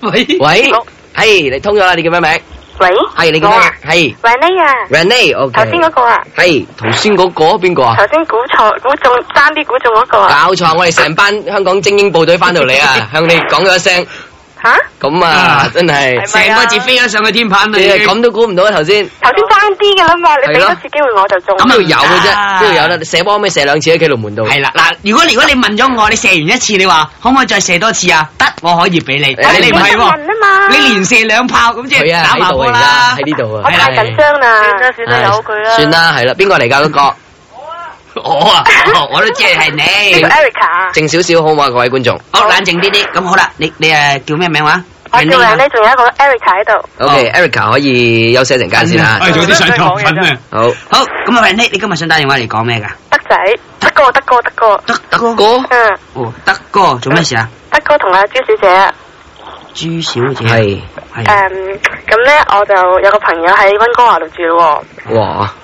Speaker 2: 喂，
Speaker 1: 喂
Speaker 9: 好，
Speaker 1: 係你通咗啦，你叫咩名？
Speaker 9: 喂，
Speaker 1: 係你叫
Speaker 9: 我
Speaker 1: 咩
Speaker 9: 啊？
Speaker 1: 係
Speaker 9: 喂
Speaker 1: à?
Speaker 9: 呢啊，
Speaker 1: Rene，OK。
Speaker 9: 頭先嗰個啊，
Speaker 1: 係頭先嗰個邊個啊
Speaker 9: 頭？先估錯，估中爭啲估中嗰個啊，
Speaker 1: 搞錯，我哋成班香港精英部隊翻到嚟啊，向你講咗一聲，
Speaker 9: 吓，
Speaker 1: 咁啊
Speaker 2: 啊，
Speaker 1: 真係，
Speaker 9: 係咪啊
Speaker 2: 咗上去天棚
Speaker 1: 你係咁都估唔到啊頭先。
Speaker 9: 頭先爭啲㗎啦嘛，你俾
Speaker 1: 係咯
Speaker 9: 多次機會我就中，
Speaker 1: 咁
Speaker 2: 咁
Speaker 1: 要
Speaker 2: 啊
Speaker 1: 有嘅啫，
Speaker 2: 啊
Speaker 1: 邊度有啦？你射波可唔可以射兩次喺企龍門度？
Speaker 2: 系啦，嗱，如果如果你問咗我，你射完一次，你話可唔可以再射多次啊？得，我可以俾你。但係你唔係
Speaker 9: 我
Speaker 2: 喎，
Speaker 9: 問啊嘛，
Speaker 2: 你連射兩炮咁即
Speaker 1: 佢
Speaker 2: 係
Speaker 1: 啊
Speaker 2: 打
Speaker 1: 喺
Speaker 2: 麻
Speaker 1: 度
Speaker 2: 波
Speaker 1: 啊，
Speaker 2: 啦
Speaker 1: 而家。喺呢度啊，
Speaker 9: 我太緊張
Speaker 3: 算啦
Speaker 9: 啦，
Speaker 3: 算啦，由佢啦。
Speaker 1: 算啦，係啦，邊個嚟㗎嗰個？
Speaker 2: [LAUGHS]
Speaker 1: [LAUGHS]
Speaker 2: 我啊，哦我都知係
Speaker 9: 呢個
Speaker 2: 你。
Speaker 9: Erica
Speaker 3: Ừ.
Speaker 9: 啊，
Speaker 1: 靜少少好嘛，各位觀眾。
Speaker 2: 好，冷靜啲啲。咁好啦，你你誒叫咩名話？
Speaker 9: 我叫
Speaker 2: 啊
Speaker 9: 嚟呢，仲有一個 Erica 喺度，
Speaker 1: OK，Erica 可以休息一陣間先
Speaker 5: à.
Speaker 2: 哎
Speaker 1: 啦。
Speaker 3: 仲有啲上堂粉啊
Speaker 1: 好，
Speaker 2: 好，咁啊，喂，你你今日想打電話嚟講咩㗎？
Speaker 9: 德仔，德哥，德哥，德哥，
Speaker 2: 德
Speaker 1: 德哥
Speaker 9: 嗯，
Speaker 2: 哦，德哥做咩事啊？
Speaker 9: 德哥同阿朱小姐啊。
Speaker 2: 朱小姐
Speaker 1: 係，
Speaker 2: 係啊
Speaker 9: 誒，咁咧我就有個朋友喺温哥華度住咯
Speaker 1: 哇，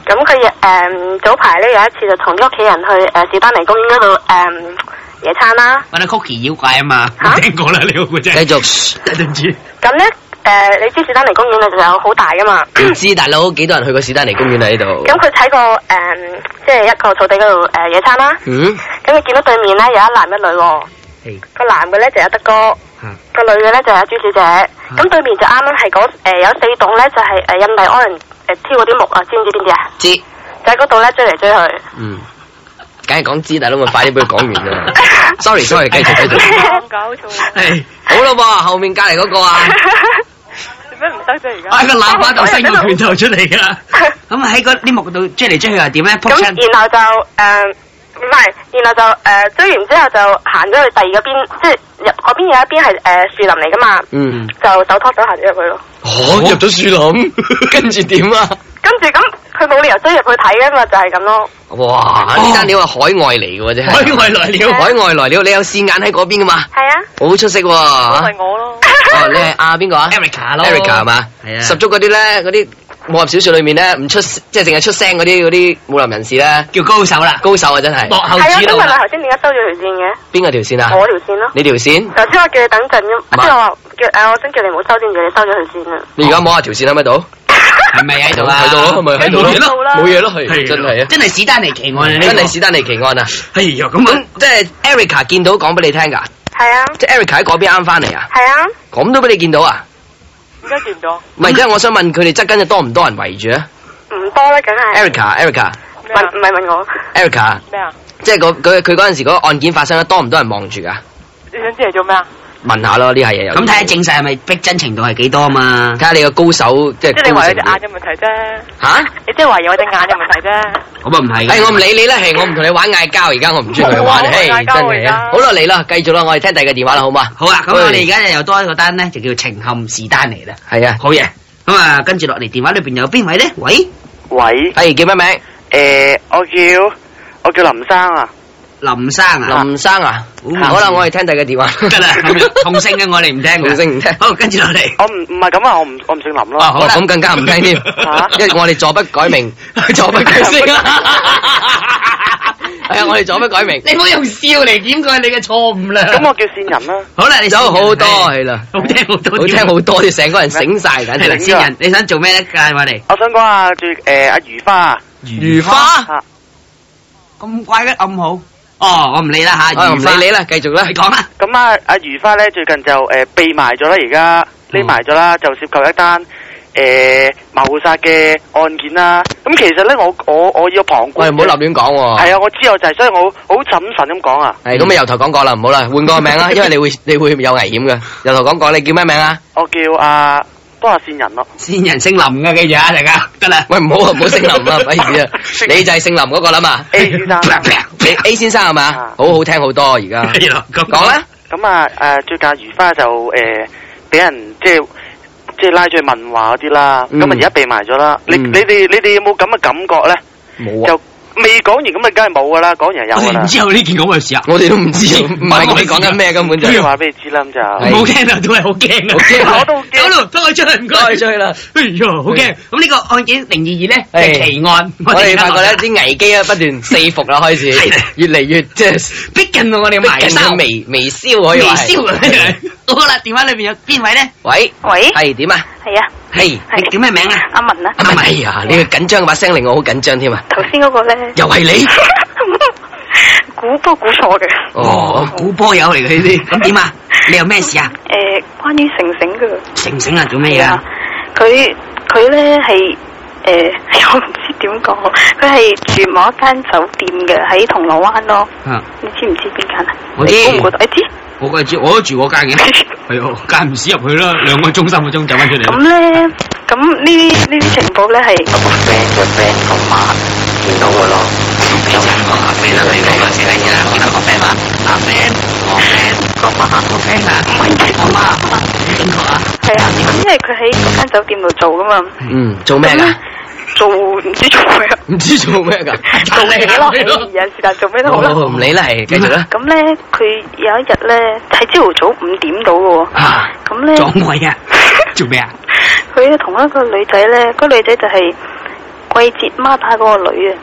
Speaker 9: 喎，咁佢誒早排咧有一次就同啲屋企人去呃誒士丹尼公園嗰度誒野餐啦，
Speaker 2: 揾阿 Cookie 妖怪啊嘛，
Speaker 9: 嚇
Speaker 2: 我聽過啦，你嗰個真
Speaker 1: 繼
Speaker 2: 係
Speaker 1: 續。
Speaker 2: 對唔住。
Speaker 9: 咁咧誒你知士丹尼公園咧就有好大噶嘛，
Speaker 1: 唔知大佬幾多人去過史丹尼公園喺呢度？
Speaker 9: 咁佢喺個誒、即係一個草地嗰度呃誒野餐啦，
Speaker 1: 嗯，
Speaker 9: 咁佢見到對面咧有一男一女喎、
Speaker 1: 係
Speaker 9: 個男嘅咧就有德哥，
Speaker 1: 嚇
Speaker 9: 個女嘅咧就有朱小姐，咁對面就啱啱係嗰誒有四棟咧就係、誒、印第安人誒挑嗰啲木啊，知唔知邊啲啊？
Speaker 1: 知，
Speaker 9: 就喺嗰度咧追嚟追去。
Speaker 1: 嗯，梗係講知，大佬咪快啲俾佢講完啦。Sorry，sorry，繼續繼續。
Speaker 3: 咁搞錯，
Speaker 2: 係。
Speaker 1: 好啦喎，後面隔離嗰個啊，
Speaker 3: 做咩唔得啫？而家
Speaker 2: 啊個喇叭頭伸個拳頭出嚟噶，咁喺嗰啲木度追嚟追去又點咧？撲
Speaker 9: 咁
Speaker 2: 親
Speaker 9: 然後就誒唔係，然後就誒、追完之後就行咗去第二嗰邊，即係入嗰邊有一邊係誒樹林嚟噶嘛，
Speaker 1: 嗯，
Speaker 9: 就手拖手行咗入去咯。
Speaker 1: 我入咗樹林， [LAUGHS] 跟住點啊？
Speaker 9: 跟住咁佢冇理由追入去睇噶嘛，就係咁咯。
Speaker 1: 哇！呢單料係海外嚟嘅喎，真係
Speaker 2: 海外來了，
Speaker 1: 海外來料，你有線眼喺嗰邊噶嘛？
Speaker 9: 係啊，
Speaker 1: 好出色喎！
Speaker 10: Oh
Speaker 3: 都
Speaker 1: 哦，
Speaker 3: 係我咯。
Speaker 1: 你係啊邊個啊
Speaker 2: Erica à. 咯
Speaker 1: Erica 係嘛？
Speaker 2: 係啊
Speaker 1: 十足嗰啲咧，嗰啲武俠小說裏面咧，唔出即係淨係出聲嗰啲嗰啲武林人士咧，
Speaker 2: 叫高手啦，
Speaker 1: 高手啊真係
Speaker 2: 幕。後
Speaker 9: 係啊，
Speaker 2: 指
Speaker 9: 咁
Speaker 2: 導
Speaker 9: 問你
Speaker 2: 哦啦，
Speaker 9: 頭先點解收咗條線嘅？
Speaker 1: 邊個條線啊？
Speaker 9: 我條線咯。
Speaker 1: 你條線？
Speaker 9: 頭先我叫你等陣啫，
Speaker 1: 唔係
Speaker 9: 即係我話叫誒，我先叫你唔好收線，叫你收咗佢
Speaker 3: [LAUGHS]
Speaker 9: 線啊。
Speaker 1: 你而家摸下條線喺咪度？
Speaker 2: 係咪喺度啊？
Speaker 1: 喺度咯，咪喺度
Speaker 2: 冇嘢咯
Speaker 1: 冇嘢咯，係
Speaker 2: 係
Speaker 1: 真係啊！
Speaker 2: 真係史丹尼奇案啊！
Speaker 1: 真
Speaker 2: 呢個
Speaker 1: 係史丹尼奇案啊！
Speaker 2: 哎呀咁
Speaker 1: 咁
Speaker 2: 啊，
Speaker 1: 即係 Erica 見到講俾你聽㗎，
Speaker 9: 係啊，
Speaker 1: 即係 Erica 喺嗰邊啱翻嚟啊，
Speaker 9: 係啊，
Speaker 1: 咁都俾你見到啊？
Speaker 3: 點解見唔到？
Speaker 1: 唔係，即係我想問佢哋側跟有多唔多人圍住啊
Speaker 9: 唔多啦，梗係。
Speaker 1: ？Erica，Erica，Erica，
Speaker 3: 咩啊
Speaker 9: 問唔係問我？
Speaker 3: 咩啊？
Speaker 1: 即係嗰佢佢嗰陣時嗰個案件發生得多唔多人望住㗎？
Speaker 3: 你想知嚟做咩啊？
Speaker 1: 問下咯，呢下嘢有
Speaker 2: 咁睇下證實係咪逼真程度係幾多啊嘛
Speaker 1: 睇？下你個高手即
Speaker 3: 即係
Speaker 1: 係
Speaker 3: 你
Speaker 1: 高
Speaker 3: 話
Speaker 1: 手
Speaker 3: 有隻眼嘅問題啫，
Speaker 1: 嚇？
Speaker 3: 你即係懷疑我隻眼嘅問題
Speaker 11: [LAUGHS]
Speaker 3: 啫。
Speaker 2: 咁啊唔係嘅，
Speaker 1: 係我唔理你啦，係我唔同你玩嗌交，而家我唔中意同你玩，
Speaker 3: 我冇
Speaker 1: 嘿
Speaker 3: 嗌
Speaker 1: 真
Speaker 3: 交
Speaker 1: 係啊！好
Speaker 3: 我
Speaker 1: 啦，嚟啦，繼續啦，我哋聽第二個電話啦，好嘛？
Speaker 2: 好啊，咁我
Speaker 1: 喂
Speaker 2: 哋而家又多一個單咧，就叫情陷史丹尼啦。
Speaker 1: 係啊，
Speaker 2: 好嘢，咁啊跟住落嚟電話裏邊有邊位咧？喂，
Speaker 7: 喂，
Speaker 1: 係叫咩名？
Speaker 7: 诶、我叫我叫林生啊，
Speaker 2: 林生啊，
Speaker 1: 林生啊，
Speaker 2: 好
Speaker 1: 好啦，我哋聽第二個電話
Speaker 2: 得啦，同性嘅我哋唔聽嘅，
Speaker 1: 同性唔聽
Speaker 2: 好，跟住落嚟。
Speaker 7: 我唔唔系咁啊，我唔我唔姓林
Speaker 2: 哇
Speaker 7: 咯，
Speaker 2: 好
Speaker 1: 哦
Speaker 2: 啦
Speaker 1: 咁更加唔聽添，
Speaker 7: 啊
Speaker 1: 因為我哋坐不改
Speaker 2: [LAUGHS]
Speaker 1: 名，坐不改姓啊， [LAUGHS] 係啊，我哋坐不改名，
Speaker 2: 你唔好用笑嚟掩蓋你嘅錯誤啦。
Speaker 7: 咁我叫善人啦，
Speaker 2: 好啦，你
Speaker 1: 走好多
Speaker 2: 係
Speaker 1: 係啦，
Speaker 2: 好聽好多，
Speaker 1: 好聽好多，你成個人醒晒簡
Speaker 2: 係啦，
Speaker 1: 直。
Speaker 2: 先人，你想做咩咧？介我哋
Speaker 7: 我想讲啊，最诶阿如花啊，
Speaker 1: 如花，
Speaker 11: 啊
Speaker 2: 咁怪嘅暗號。哦，我唔理啦吓，
Speaker 1: 我唔
Speaker 2: 如花
Speaker 1: 理你，啦，繼續啦
Speaker 2: 你，講啦。
Speaker 7: 咁啊阿如花咧最近就诶、呃、被埋咗啦，而家匿埋咗啦，就涉及一單
Speaker 11: 诶谋杀嘅案件啦。咁其實咧，我我我要旁觀。
Speaker 1: 喂，唔好立亂講喎。
Speaker 11: 係啊，我知我就係，所以我好好審慎咁講啊。
Speaker 1: 係咁你由頭講過啦，唔好啦，換個名啦，因為你會你會有危險嘅。由頭講過，你叫咩名啊？
Speaker 11: 我叫啊，都係善人咯。
Speaker 2: 先人姓林嘅，記住啊，大家得啦。 [LAUGHS]
Speaker 1: 喂，唔好啊，唔好姓林啊，唔好意思啊，你就係姓林嗰個啦嘛。
Speaker 11: A 先生。 [LAUGHS] 啊
Speaker 1: 你 A 先生係嘛？好好聽好多而家。
Speaker 2: 係咯，咁
Speaker 1: 講啦，
Speaker 11: 咁啊誒，醉駕如花就誒俾人即係即係拉咗去問話嗰啲啦。
Speaker 1: 嗯
Speaker 11: 咁啊
Speaker 10: Ừ.
Speaker 11: 而家被埋咗啦。你
Speaker 1: 嗯
Speaker 11: 你哋你哋有冇咁嘅感覺咧？
Speaker 1: 冇啊
Speaker 11: 就，未講完咁啊，梗係冇噶啦，講完
Speaker 2: 我
Speaker 11: 就有噶
Speaker 2: 哋
Speaker 11: 啦
Speaker 2: 唔。知有呢件咁嘅事啊，
Speaker 1: 我哋都唔知，唔係你講緊咩根本就
Speaker 11: 即。係話俾你知啦，咁就
Speaker 1: 係
Speaker 2: 唔好驚啊，都係好驚啊，
Speaker 1: 好驚
Speaker 2: [LAUGHS]
Speaker 1: 啊
Speaker 11: 我都好驚
Speaker 2: 走路拖佢出去，唔該。
Speaker 1: 該出去啦。
Speaker 2: 哎呀，好驚！咁呢個案件零二二咧
Speaker 1: 係
Speaker 2: 係奇案，
Speaker 1: 我哋發
Speaker 2: 而家
Speaker 1: 覺咧啲危機啊不斷四伏啦，開始
Speaker 2: 係啊
Speaker 1: 越嚟越即係
Speaker 2: 逼近我哋
Speaker 1: 逼
Speaker 2: 埋
Speaker 1: 近
Speaker 2: 收
Speaker 1: 咗微微燒可以
Speaker 2: 微
Speaker 1: 話係
Speaker 2: 笑啊！ [LAUGHS] 好啦，電話裏邊有邊位咧？
Speaker 1: 喂，
Speaker 5: 喂，
Speaker 1: 係點啊？
Speaker 5: 系
Speaker 3: à,
Speaker 5: 啊，
Speaker 1: 係。
Speaker 2: 你叫咩名啊？
Speaker 5: 阿文啊，
Speaker 1: 啊咪呀！你嘅緊張嘅把聲令我好緊張添啊！
Speaker 5: 头先嗰个咧，
Speaker 1: 又係你？
Speaker 3: [LAUGHS]
Speaker 5: 估都估错嘅。
Speaker 1: 哦，
Speaker 2: 古波友嚟嘅呢啲，咁點啊？你有咩事啊？
Speaker 5: 诶、关于成成嘅，
Speaker 2: 醒唔醒啊？做咩嘢
Speaker 3: Dạ. à.
Speaker 2: 啊？
Speaker 5: 佢佢咧系
Speaker 3: [LAUGHS]
Speaker 5: 诶，我唔知点讲，佢系住某一间酒店嘅，喺铜锣湾咯。
Speaker 2: 啊，
Speaker 5: 你知唔知边间啊？
Speaker 2: 我知
Speaker 5: 你估唔估到？你知？
Speaker 2: 我嗰住我都住嗰間嘅，係啊，間唔時入去啦，兩個鐘三個鐘走翻出嚟
Speaker 5: 咁
Speaker 2: 啦。
Speaker 5: 咧，咁呢啲呢啲情報咧係
Speaker 1: 個 friend 嘅 friend 個媽見到我咯，有我阿 friend 啊，你講緊先啦，見到個 friend 話阿 friend，我 friend 個媽個 friend 啊，唔係我媽，邊個啊？
Speaker 5: 係啊，因為佢喺嗰間酒店度做噶嘛，
Speaker 1: 嗯，做咩㗎？ [LAUGHS]
Speaker 5: 做唔知做咩啊，
Speaker 1: 唔知做咩㗎？
Speaker 5: [LAUGHS]
Speaker 3: À,
Speaker 5: 做嘢咯，哦有是但做咩都好啦。
Speaker 1: 我唔理啦，係繼續啦。
Speaker 5: 咁咧，佢有一日咧係朝頭早五點到嘅喎，
Speaker 2: 啊，
Speaker 1: À,
Speaker 5: 咁咧
Speaker 2: 撞我啊！做咩啊？
Speaker 5: 佢咧同一個女仔咧，嗰、女仔就係季節孖打嗰個女啊，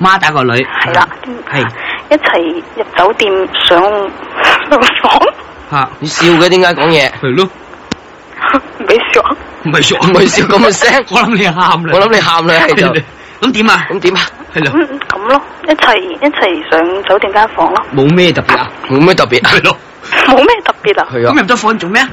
Speaker 2: 孖打個女，
Speaker 5: 係
Speaker 3: Dạ.
Speaker 5: 啦，
Speaker 2: 係
Speaker 5: 一齊入酒店上 [LAUGHS] 上房，
Speaker 2: 嚇，
Speaker 1: 你笑嘅點解講嘢？
Speaker 2: 係咯，
Speaker 5: 唔俾笑啊，
Speaker 2: 唔係笑，
Speaker 1: 唔係笑咁嘅聲
Speaker 2: 我諗你喊啦，
Speaker 1: 我諗你喊啦喺度。
Speaker 2: 咁點啊？
Speaker 1: 咁點啊？
Speaker 2: 係咯，
Speaker 5: 嗯咁咁咯，一齊一齊上酒店間房咯，
Speaker 2: 冇咩特別啊？
Speaker 1: 冇咩特別啊？
Speaker 2: 係咯，
Speaker 5: 冇咩特別啊，
Speaker 1: 係
Speaker 2: 咁
Speaker 1: 啊，
Speaker 2: 入咗房做咩啊？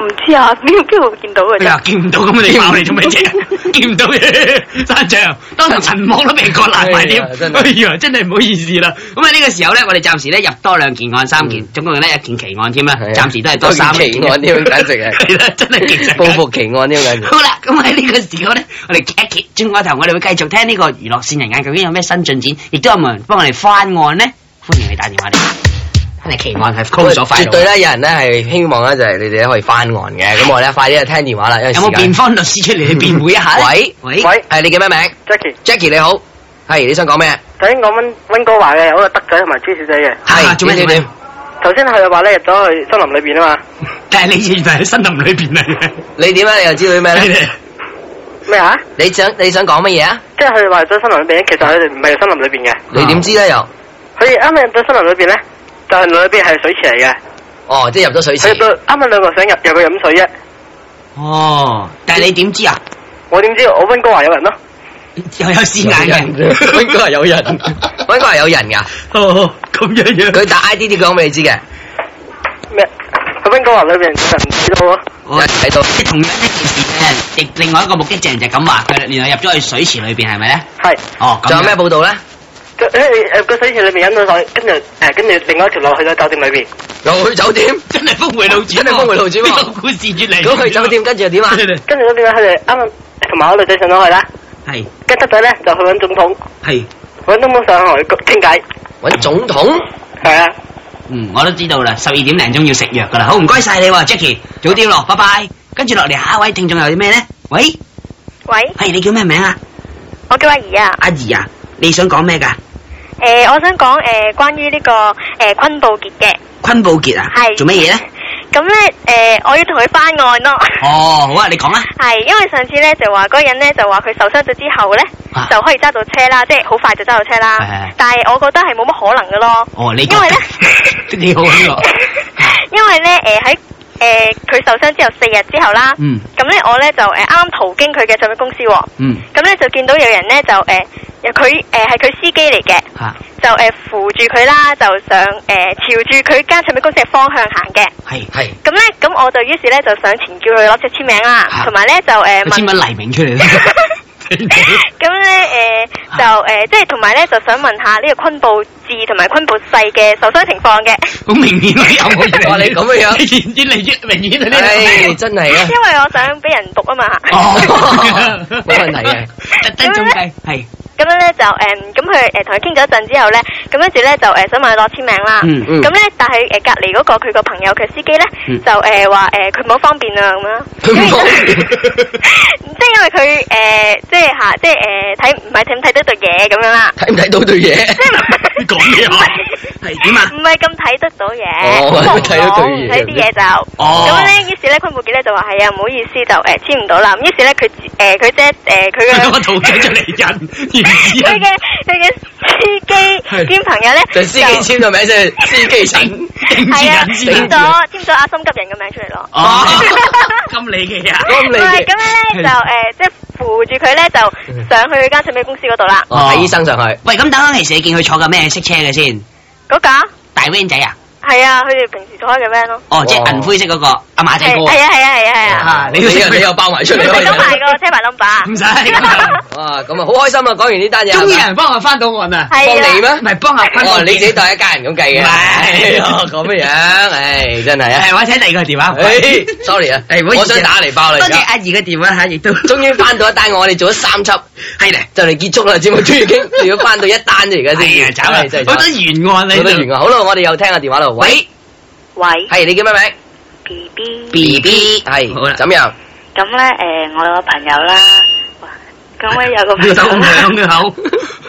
Speaker 5: 唔知啊，邊邊度見到嘅
Speaker 2: 哎
Speaker 5: 啫
Speaker 2: 呀，，見唔到咁你鬧你做咩
Speaker 1: [LAUGHS]
Speaker 2: 啫？見唔到嘅山長，當場塵網都被割爛埋添。
Speaker 1: [LAUGHS] 哎呀真係
Speaker 2: 哎呀，真係唔好意思啦。咁啊，呢個時候咧，我哋暫時咧入多兩件案，三件
Speaker 1: 嗯，
Speaker 2: 總共咧一件奇案添啦
Speaker 1: 係啊。
Speaker 2: 暫時都係多三
Speaker 1: 多件奇案添簡直係
Speaker 2: [LAUGHS] 係啦，真係極神
Speaker 1: 報復奇案呢個緊
Speaker 2: 好啦，咁喺呢個時候咧，我哋揭一揭，轉個頭我哋會繼續聽呢個娛樂線人眼究竟有咩新進展，亦都有冇人幫我哋翻案咧？歡迎你打電話嚟。真係奇案係 close 咗快
Speaker 1: 絕對咧，有人咧係希望咧就係你哋咧可以翻案嘅，咁我咧快啲就聽電話啦，因為
Speaker 2: 有冇
Speaker 1: 時間
Speaker 2: 辯方律師出嚟你
Speaker 1: [LAUGHS]
Speaker 2: 辯護一下呢
Speaker 1: 喂
Speaker 2: 喂
Speaker 7: 喂
Speaker 1: 係你叫咩名
Speaker 7: Jackie，
Speaker 1: ？Jackie 你好，係你想講咩？
Speaker 7: 頭先講温温哥華嘅有個德仔同埋朱小姐嘅，
Speaker 2: 啊
Speaker 1: 係
Speaker 2: 做咩做咩？
Speaker 7: 頭先佢話咧入咗去森林裏邊啊嘛，
Speaker 2: 但係你原來喺森林裏邊嚟嘅。
Speaker 1: 你點啊？你又知道啲咩
Speaker 2: 係
Speaker 1: 咧？
Speaker 2: 咧
Speaker 7: 咩啊？
Speaker 1: 你想你想講乜嘢啊？
Speaker 7: 即係佢話入咗森林裏邊，其實佢哋唔係入森林裏邊嘅，
Speaker 1: 你點知咧又？
Speaker 7: 佢哋啱啱入咗森林裏邊咧，就係裏邊係水池嚟嘅，
Speaker 1: 哦，即係入咗水池
Speaker 7: 佢。哋到啱啱兩個想入入去飲水啫，
Speaker 2: 哦，但係你點知啊？
Speaker 7: 我點知我温哥華有人咯？
Speaker 2: 又有視眼嘅，
Speaker 1: 應該係有人，應該係有人㗎。
Speaker 2: 哦，咁樣樣。
Speaker 1: 佢打 I D D 講俾你知嘅，
Speaker 7: 咩？佢温哥華裏邊就唔知道咯。
Speaker 1: 有人睇到。
Speaker 2: 即係同樣一件事咧，另另外一個目擊證人就咁話佢，原來入咗去水池裏邊係咪咧？
Speaker 7: 係，
Speaker 2: 哦，咁
Speaker 1: 仲有咩
Speaker 2: 樣
Speaker 1: 報道咧？
Speaker 7: 佢佢誒個水池裏面飲到水，跟住誒跟住另外一條路去咗酒店裏邊，
Speaker 1: 又去酒店，
Speaker 2: 真係峰回路轉喎，
Speaker 1: 真係峰回路轉喎
Speaker 2: 呢個故事越嚟
Speaker 1: 咁去酒店跟住又點啊？
Speaker 7: 跟住嗰邊咧佢哋啱啱同埋我女仔上咗去啦，
Speaker 2: 係
Speaker 7: 跟得仔咧就去揾總統，
Speaker 2: 係，
Speaker 7: 揾總統上去同佢傾偈，
Speaker 1: 揾總統？
Speaker 7: 係啊，
Speaker 2: 嗯，我都知道啦，十二點零鐘要食藥噶啦。好，唔該晒你喎，Jackie，早啲咯，拜拜。跟住落嚟下一位聽眾又有啲咩咧？喂，
Speaker 10: 喂，
Speaker 2: 係你叫咩名啊？
Speaker 10: 我叫阿怡啊。
Speaker 2: 阿怡啊，你想講咩㗎？
Speaker 10: 诶、我想講诶、誒關於呢、個个诶、昆布傑嘅，
Speaker 2: 昆布傑啊，
Speaker 10: 係
Speaker 2: 做乜嘢咧？
Speaker 10: 咁咧诶，誒我要同佢翻案咯。
Speaker 2: 哦，好啊，你講啊。
Speaker 10: [LAUGHS] 係，因為上次咧就話嗰個人咧就話佢受傷咗之後咧、
Speaker 2: 啊
Speaker 10: 就可以揸到車啦，即係好快就揸到車啦。
Speaker 2: 係係係
Speaker 10: 但係我覺得係冇乜可能嘅咯，
Speaker 2: [LAUGHS] 哦，
Speaker 10: [LAUGHS]
Speaker 2: 你
Speaker 10: 因為咧，
Speaker 2: 你好呢個，
Speaker 10: 因為咧诶喺诶佢受傷之後四日之後啦，
Speaker 2: 嗯
Speaker 10: 咁咧我咧就诶啱啱途經佢嘅唱片公司喎，
Speaker 2: 嗯
Speaker 10: 咁咧就見到有人咧就诶佢诶係佢司機嚟嘅，
Speaker 2: 吓
Speaker 10: 就诶扶住佢啦，就想诶朝住佢間唱片公司嘅方向行嘅。
Speaker 2: 系系，
Speaker 10: 咁咧，咁我就於是咧就上前叫佢攞隻簽名啦，同埋咧就誒
Speaker 2: 啊佢
Speaker 10: 問
Speaker 2: 簽咗黎明出嚟啦，
Speaker 10: [LAUGHS] 咁咧誒就誒即係同埋咧就想問下呢個昆布治同埋昆布細嘅受傷情況嘅，
Speaker 2: 好明顯啦，有我
Speaker 12: 哇你
Speaker 2: [LAUGHS]
Speaker 12: 咁嘅樣
Speaker 2: 越嚟越明顯啦呢
Speaker 12: 唉，
Speaker 2: 兩
Speaker 12: 真係啊
Speaker 10: [LAUGHS] 因，為我想俾人讀啊嘛。
Speaker 2: 哦，
Speaker 12: 冇問題嘅。
Speaker 2: 特登中計係
Speaker 10: 咁樣咧就誒，咁佢呃誒同佢傾咗一陣之後咧，咁跟住咧就誒想問佢攞簽名啦。
Speaker 2: 嗯
Speaker 1: Ừ.
Speaker 2: 嗯
Speaker 10: 咁咧，但係誒隔離嗰個佢個朋友佢司機咧
Speaker 2: 嗯
Speaker 10: 就誒話誒佢唔好方便啊咁樣。
Speaker 12: 佢
Speaker 10: [LAUGHS]
Speaker 12: 唔好，
Speaker 10: 即係因為佢誒、呃即係嚇，即係誒睇唔係睇唔睇得到嘢咁樣啦，
Speaker 12: 睇唔睇到對嘢？
Speaker 2: 你 [LAUGHS] 講嘢啊？係點啊？
Speaker 10: 唔係咁睇得到嘢，
Speaker 12: [LAUGHS] 哦
Speaker 10: 望唔
Speaker 12: 睇得到
Speaker 10: 到
Speaker 12: 嘢
Speaker 10: 睇啲嘢就。
Speaker 2: 哦
Speaker 10: 咁咧，於是咧，昆布傑咧就話係啊，唔好意思，就誒簽唔到啦。咁於是咧，佢誒佢啫誒
Speaker 2: [LAUGHS]
Speaker 10: 佢
Speaker 2: 佢個
Speaker 10: 嘅
Speaker 2: 圖解出嚟人，
Speaker 10: 佢
Speaker 2: 原
Speaker 10: 嘅佢嘅司機兼朋友咧
Speaker 12: 就司機簽咗名先，司機神。
Speaker 10: 係啊，
Speaker 2: 頂住
Speaker 10: 簽
Speaker 2: 人
Speaker 10: 咗簽咗阿心急人嘅名出嚟咯。 [LAUGHS]
Speaker 2: 哦，咁你嘅啊？
Speaker 12: 咁
Speaker 10: 唔
Speaker 12: 你
Speaker 10: 係
Speaker 12: 嘅
Speaker 10: 咁樣咧，就誒即係扶住佢咧，就上去佢間唱片公司嗰度啦。
Speaker 12: 哦，睇醫生上去。
Speaker 2: 喂，咁等嗰陣時你見佢坐架咩色車嘅先？
Speaker 10: 嗰架
Speaker 2: 大 van 仔啊？
Speaker 10: 係啊，佢哋平時坐開嘅 van 咯。
Speaker 2: 哦，即
Speaker 12: 哇
Speaker 2: 係銀灰色嗰個阿馬仔
Speaker 10: 係
Speaker 2: 哥
Speaker 13: 哎
Speaker 10: 係啊係啊係啊係啊，
Speaker 2: 啊！你都
Speaker 12: 你
Speaker 2: 識
Speaker 12: 又你
Speaker 2: 佢
Speaker 12: 又包埋出嚟
Speaker 10: 佢都埋
Speaker 12: 喎。
Speaker 10: 個車牌 number。
Speaker 2: 唔使，終
Speaker 12: 哇，咁啊好開心啊！講完呢
Speaker 2: [LAUGHS]
Speaker 12: 單嘢，
Speaker 2: 於有人幫我翻到岸啊！
Speaker 12: 幫
Speaker 10: 係啊
Speaker 12: 你咩？
Speaker 2: 唔係幫下坤
Speaker 12: 哦，你自己當一家人咁計嘅。
Speaker 2: 唔係
Speaker 12: 哦咁樣，唉，
Speaker 2: [LAUGHS]
Speaker 12: 真係啊。
Speaker 2: 係我聽第二個電話。
Speaker 12: 唉
Speaker 2: [LAUGHS]
Speaker 12: ，sorry 啊，
Speaker 2: 係唔好意思
Speaker 12: 我想打嚟爆你
Speaker 2: 多
Speaker 12: 而
Speaker 2: 謝
Speaker 12: 家。
Speaker 2: 阿姨嘅電話嚇，亦都
Speaker 12: 終於翻到一單，我哋做咗三輯，
Speaker 2: [LAUGHS] 係咧。
Speaker 12: 就嚟結束啦，節目終於已經，仲要翻到一單啫，而家
Speaker 2: 哎呀
Speaker 12: 先。，
Speaker 2: 走啦
Speaker 12: 唉真！係
Speaker 2: 好
Speaker 12: 慘
Speaker 2: 多懸案你
Speaker 12: 好多原啊！好啦，我哋又聽下電話啦。喂，
Speaker 2: 喂，
Speaker 13: 喂
Speaker 12: 係你叫咩名
Speaker 13: ，B B。
Speaker 12: ？B B 係
Speaker 2: 好啦
Speaker 12: 怎樣？
Speaker 13: 咁咧誒，我有個朋友啦，哇咁咧有個朋
Speaker 2: 你
Speaker 13: 友
Speaker 2: 手咁響
Speaker 13: 啦，
Speaker 2: 嘅 [LAUGHS] 口，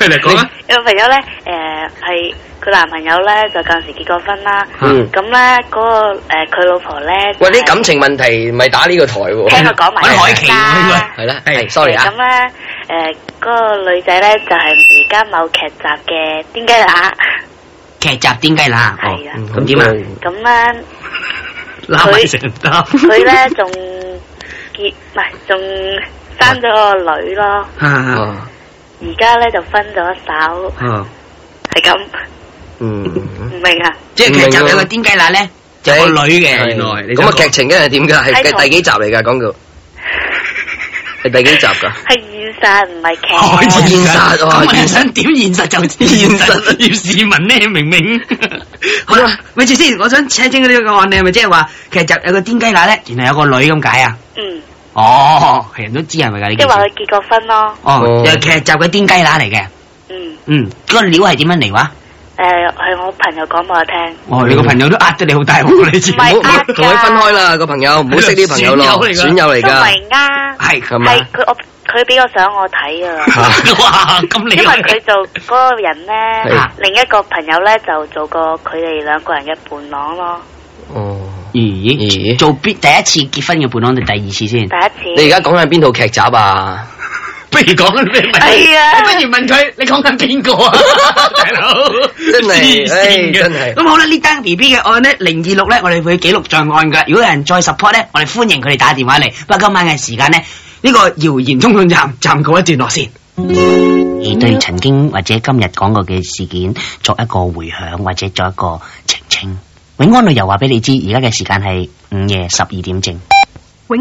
Speaker 2: 喂嚟講啊！
Speaker 13: 有個朋友咧誒係佢男朋友咧就近時結過婚啦，
Speaker 12: 嗯，
Speaker 13: 咁咧嗰個誒佢老婆咧，
Speaker 12: 喂，啲感情問題咪打呢個台
Speaker 13: 聽
Speaker 12: 喎。
Speaker 13: 我講埋
Speaker 2: 揾海
Speaker 13: 先
Speaker 2: 琪喎應
Speaker 13: 啦
Speaker 2: 該。
Speaker 12: 係啦，
Speaker 2: 係
Speaker 12: 係 sorry
Speaker 13: 咁
Speaker 12: 啊。
Speaker 13: 咧誒嗰個女仔咧就係而家某劇集嘅癲雞乸，
Speaker 2: 劇集點解啦？哦
Speaker 13: 係啊
Speaker 2: 嗯咁點啊？
Speaker 13: 咁咧
Speaker 2: 攬埋成擔。
Speaker 13: 佢咧仲結唔係仲生咗個女咯，
Speaker 2: [LAUGHS] 啊
Speaker 12: 啊？
Speaker 13: 而家咧就分咗手，
Speaker 2: 啊！
Speaker 13: 係咁
Speaker 12: 嗯
Speaker 13: 唔。明啊？
Speaker 2: 即係劇集有個癲雞乸咧，有個女嘅，原來你
Speaker 12: 咁啊，
Speaker 2: 想
Speaker 12: 劇情梗係點㗎？係
Speaker 13: 喺
Speaker 12: 係
Speaker 13: 台
Speaker 12: 第幾集嚟㗎？講到係第幾集㗎？
Speaker 13: 係現實唔係劇。
Speaker 2: 哦
Speaker 12: 現實
Speaker 2: 咁
Speaker 12: 哦
Speaker 2: 我哋想點現實就現實，要市民呢，明唔明？ [LAUGHS] 好啦，咪住先，我想 check 清呢個案，你係咪即係話劇集有個癲雞乸咧，原來有個女咁解啊？
Speaker 13: 嗯，
Speaker 2: 哦，係人都知係咪㗎？呢
Speaker 13: 即係
Speaker 2: 件
Speaker 13: 話
Speaker 2: 事
Speaker 13: 佢結過婚咯。
Speaker 2: 哦，有劇集嘅癲雞乸嚟嘅，
Speaker 13: 嗯，
Speaker 2: 嗯，嗰個料係點樣嚟話？
Speaker 13: 誒係我朋友講俾我聽。
Speaker 2: 哦，你個朋友都壓得你好大喎，你知
Speaker 12: 唔
Speaker 13: 唔
Speaker 12: 好
Speaker 13: 係
Speaker 12: 唔好
Speaker 13: 呃㗎
Speaker 12: 同佢分開啦，個朋友唔好識啲朋友咯，
Speaker 2: 損友嚟㗎
Speaker 12: 損友嚟
Speaker 13: 都唔
Speaker 12: 㗎，
Speaker 13: 係啱，
Speaker 2: 係
Speaker 12: 係嘛
Speaker 13: 係？佢我佢俾個相我睇噶啦，
Speaker 2: 哇，咁 [LAUGHS] 你啊
Speaker 13: 因為
Speaker 2: [LAUGHS]
Speaker 13: 佢做嗰個人咧
Speaker 2: 係，
Speaker 13: 另一個朋友咧就做過佢哋兩個人嘅伴郎咯，
Speaker 12: 哦，咦
Speaker 2: 咦？做必第一次結婚嘅伴郎定第二次先？
Speaker 13: 第一次。
Speaker 12: 你而家講緊邊套劇集啊？
Speaker 2: 不如講你問
Speaker 12: 哎
Speaker 13: 係啊
Speaker 2: 哎你不如問佢，你講緊邊個
Speaker 12: [LAUGHS]
Speaker 2: 啊，大佬？
Speaker 12: 真係
Speaker 2: 黐線
Speaker 12: 唉真
Speaker 2: 嘅。
Speaker 12: 係
Speaker 2: 咁好啦，呢單 B B 嘅案呢，零二六呢，我哋會記錄在案㗎。如果有人再 support 呢，我哋歡迎佢哋打電話嚟。不過今晚嘅時間呢，呢、個謠言通訊站暫告一段落先。而對曾經或者今日講過嘅事件作一個回響，或者作一個澄清。永安旅遊話俾你知，而家嘅時間係午夜十二點正。